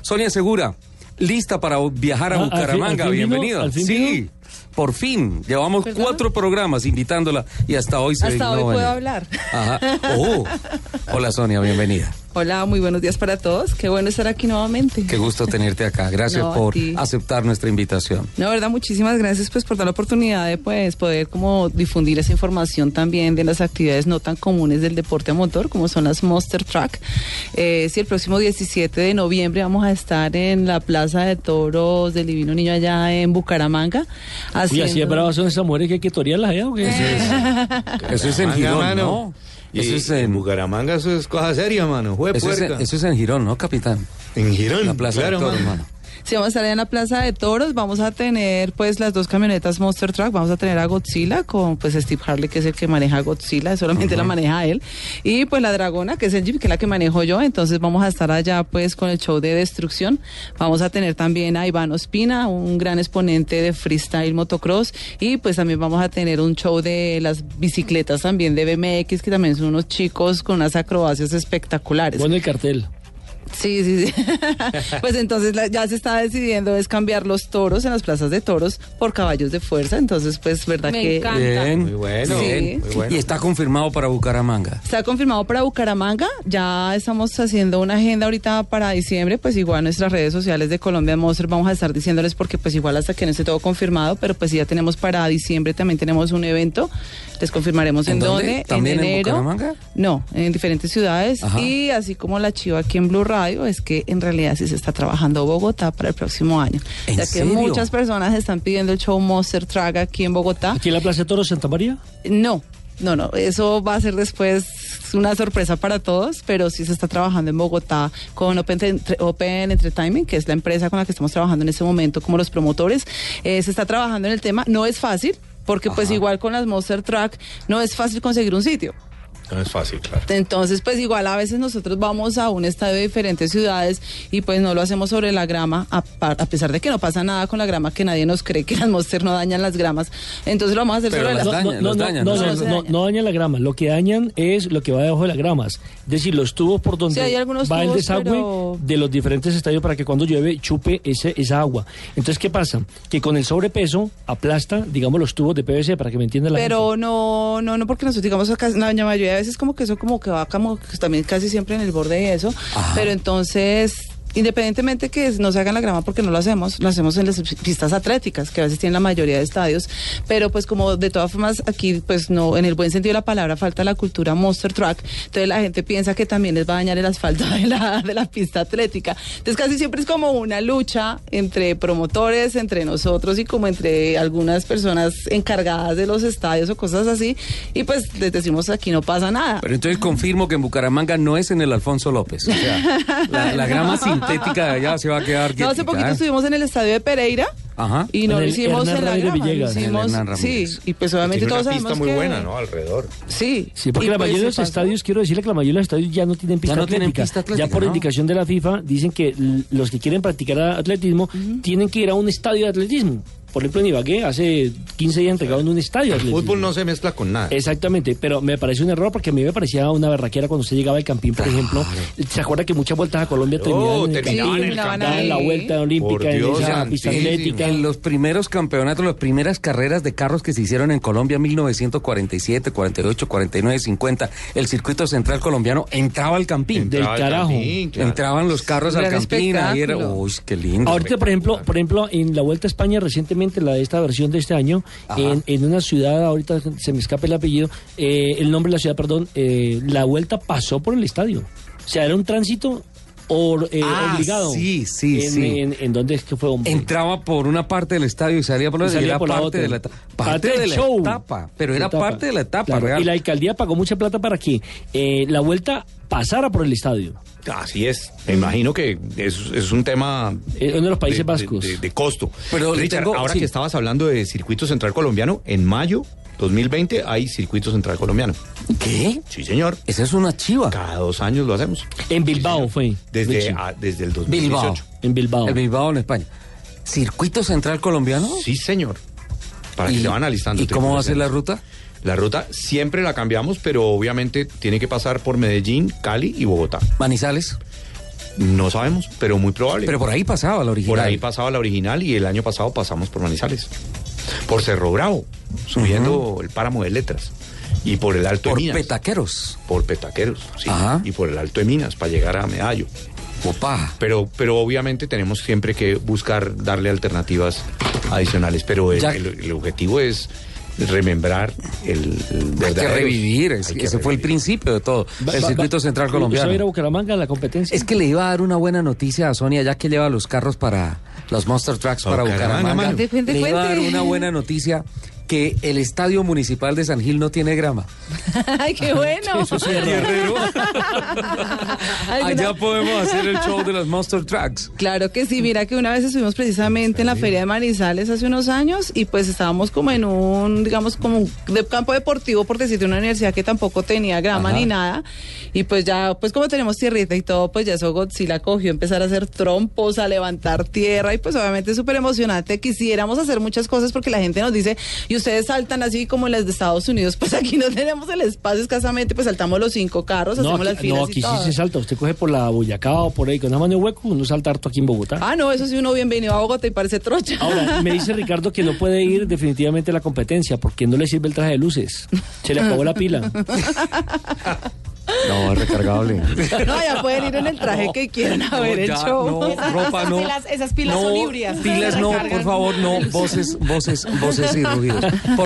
Sonia Segura, lista para viajar a Ah, ¿al fin- Bucaramanga, al fin vino? bienvenida. ¿Al fin sí, vino? por fin. Llevamos ¿Perdona? cuatro programas invitándola y hasta hoy se Pues Hasta dignó hoy venir. puedo hablar. Ajá. Oh, hola Sonia, bienvenida. Hola, muy buenos días para todos. Qué bueno estar aquí nuevamente. Qué gusto tenerte acá. Gracias No, a por ti. aceptar nuestra invitación. No, verdad, muchísimas gracias pues por dar la oportunidad de pues poder como difundir esa información también de las actividades no tan comunes del deporte a motor como son las Monster Track. Eh, sí, el próximo 17 de noviembre vamos a estar en la Plaza de Toros del Divino Niño allá en Bucaramanga. Y así de haciendo- bravas son esas mujeres que hay que torearlas allá, ¿o qué? Eso es en Bucaramanga, Girón, mano. ¿no? Y Eso es en, Bucaramanga, eso es cosa seria, mano. Jue eso es en- puerca. eso es en Girón, ¿no, capitán? En Girón, La plaza claro, de toros, mano. mano. Sí, vamos a estar en la Plaza de Toros, vamos a tener pues las dos camionetas Monster Truck, vamos a tener a Godzilla con pues Steve Harley que es el que maneja Godzilla, solamente la maneja él, y pues la Dragona que es el Jeep que es la que manejo yo, entonces vamos a estar allá pues con el show de destrucción, vamos a tener también a Iván Ospina, un gran exponente de freestyle motocross, y pues también vamos a tener un show de las bicicletas también de BMX que también son unos chicos con unas acrobacias espectaculares. Pon el cartel. Sí, sí, sí. pues entonces la- ya se está decidiendo es cambiar los toros en las plazas de toros por caballos de fuerza. Entonces, pues, verdad Me que encanta. Bien. Muy bueno, Bien. muy bueno. Y está confirmado para Bucaramanga. está confirmado para Bucaramanga. Ya estamos haciendo una agenda ahorita para diciembre. Pues igual nuestras redes sociales de Colombia Monster vamos a estar diciéndoles porque pues igual hasta que no esté todo confirmado, pero pues sí, ya tenemos para diciembre también tenemos un evento. Les confirmaremos ¿En en, dónde? ¿También en enero. Bucaramanga? No, en diferentes ciudades Ajá. y así como la chiva aquí en Blue Radio es que en realidad sí se está trabajando Bogotá para el próximo año. ¿En ya que serio? muchas personas están pidiendo el show Monster Traga aquí en Bogotá. Aquí en la Plaza de Toros Santa María. No, no, no. Eso va a ser después una sorpresa para todos, pero sí se está trabajando en Bogotá con Open, Entre- Open Entertainment, que es la empresa con la que estamos trabajando en este momento como los promotores. Eh, se está trabajando en el tema. No es fácil, porque pues igual con las Monster Track no es fácil conseguir un sitio. No es fácil, claro. Entonces, pues igual a veces nosotros vamos a un estadio de diferentes ciudades y pues no lo hacemos sobre la grama, a, pa- a pesar de que no pasa nada con la grama, que nadie nos cree que las monster no dañan las gramas. Entonces lo vamos a hacer Pero sobre las la... da- dañan, no, las no, dañan, no, ¿no? no, No, se no, dañan. no dañan la grama. Lo que dañan es lo que va debajo de las gramas. Es decir, los tubos por donde Sí, hay algunos va el tubos, desagüe pero- de los diferentes estadios para que cuando llueve chupe ese, esa agua. Entonces, ¿qué pasa? Que con el sobrepeso aplasta, digamos, los tubos de PVC, para que me entienda la gente. Pero no, no, no, porque nosotros digamos acá, la mayoría de veces como que eso como que va como que también casi siempre en el borde y eso. Pero entonces, independientemente que no se hagan la grama porque no lo hacemos, lo hacemos en las pistas atléticas, que a veces tienen la mayoría de estadios. Pero pues como de todas formas aquí, pues no, en el buen sentido de la palabra, falta la cultura monster track. Entonces la gente piensa que también les va a dañar el asfalto de la, de la pista atlética. Entonces casi siempre es como una lucha entre promotores, entre nosotros y como entre algunas personas encargadas de los estadios o cosas así. Y pues les decimos aquí no pasa nada. Pero entonces confirmo que en Bucaramanga no es en el Alfonso López. O sea, la, la grama sintética de allá se va a quedar No, hace quietica, poquito ¿eh? estuvimos en el estadio de Pereira Ajá. y no En lo el hicimos Hernán en la Ramírez grama, lo Villegas. En el hicimos- Hernán sí, Ramírez. y pues obviamente Tiene todos una sabemos pista muy que- buena, ¿no? Alrededor. Sí, Sí, porque y la pues mayoría de los se pasó. estadios, quiero decirle que la mayoría de los estadios ya no tienen pista, no tienen atlética. pista atlética, Ya por ¿no? indicación de la FIFA dicen que l- los que quieren practicar a- atletismo tienen que ir a un estadio de atletismo. Por ejemplo, en Ibagué hace 15 días entregaron un estadio de El atletismo. fútbol no se mezcla con nada. Exactamente, pero me parece un error porque a mí me parecía una berraquera cuando usted llegaba al Campín, por ejemplo. ¿Se acuerda que muchas vueltas a Colombia terminaban en el Oh, terminaban Campín? en el Daban Campín. la vuelta Por olímpica en Dios esa pista santísimo. En, atlética. en los primeros campeonatos, las primeras carreras de carros que se hicieron en Colombia, 1947, 48, 49, 50, el circuito central colombiano entraba al campín. del Entraba al carajo. Campín, claro. Entraban los carros al Gran campín. Ahí era, espectáculo. uy, qué lindo. Ahorita, por ejemplo, por ejemplo, en la Vuelta a España recientemente, la de esta versión de este año, Ajá. en, en una ciudad, ahorita se me escapa el apellido, eh, el nombre de la ciudad, perdón, eh, la Vuelta pasó por el estadio. O sea, era un tránsito or- eh, Ah, obligado. sí, sí, en, sí. En, en dónde es que fue? hombre? Entraba por una parte del estadio y salía por la Y otra. y salía era por la parte otra. de la etapa. Parte del de la show. etapa. Pero era Etapa. parte de la etapa Claro, real. Y la alcaldía pagó mucha plata para que eh, la Vuelta pasara por el estadio. Así es. Me imagino que es, es un tema. Es uno de los Países de- Vascos. De, de costo. Pero le Richard, tengo- ahora sí. que estabas hablando de Circuito Central Colombiano, en mayo 2020 hay Circuito Central Colombiano. ¿Qué? Sí, señor. Esa es una chiva. Cada dos años lo hacemos. En Bilbao fue. Richie. Desde, ah, desde el 2018. Bilbao. en Ah, Bilbao. El Bilbao en España. ¿Circuito central colombiano? Sí, señor. Para ¿Y- que se van alistando. ¿Y cómo va a ser la tripulaciones. ruta? La ruta siempre la cambiamos, pero obviamente tiene que pasar por Medellín, Cali y Bogotá. Manizales. No sabemos, pero muy probable. Pero por ahí pasaba la original. Por ahí pasaba la original y el año pasado pasamos por Manizales. Por Cerro Bravo, subiendo el páramo de letras. Y por el Alto Por de Minas. petaqueros. por Petaqueros, sí. Ajá. Y por el Alto de Minas, para llegar a Medallo. Opa. Pero, pero obviamente tenemos siempre que buscar darle alternativas adicionales. Pero el, Ya- el- el objetivo es remembrar el, el Hay que verdadero- revivir, es- hay ese que fue el revivir. principio de todo. Va- el va- circuito va- central ¿usted va a ir a colombiano. Bucaramanga a la competencia? Es que le iba a dar una buena noticia a Sonia, ya que lleva los carros para los Monster Trucks para Bucaramanga, Bucaramanga. mano. Le Cuente, cuente, iba a dar cuente. una buena noticia que el estadio municipal de San Gil no tiene grama. Ay, qué bueno. Allá podemos hacer el show de los Monster Trucks. Claro que sí, mira que una vez estuvimos precisamente en la Feria de Manizales hace unos años y pues estábamos como en un, digamos, como un de- campo deportivo, por decirte, una universidad que tampoco tenía grama Ajá. ni nada. Y pues ya, pues como tenemos tierrita y todo, pues ya eso Godzilla cogió a empezar a hacer trompos, a levantar tierra y pues obviamente es súper emocionante. Quisiéramos hacer muchas cosas porque la gente nos dice, y ustedes saltan así como las de Estados Unidos, pues aquí no tenemos el espacio escasamente, pues saltamos los cinco carros, no, hacemos las aquí, filas no, y aquí sí todo. se salta. Usted coge por la Boyacá o por ahí, con una mano de hueco, uno salta harto aquí en Bogotá. Ah, no, eso sí, uno bienvenido a Bogotá y parece trocha. Ahora, me dice Ricardo que no puede ir definitivamente a la competencia porque no le sirve el traje de luces. Se le acabó la pila. No, es recargable. No, ya pueden ir en el traje que quieran a ver el ya, show. No, ropa no. pilas- esas pilas son No, híbridas, esas Pilas no, por recargan. favor, no. Voces, voces, voces y ruidos. Por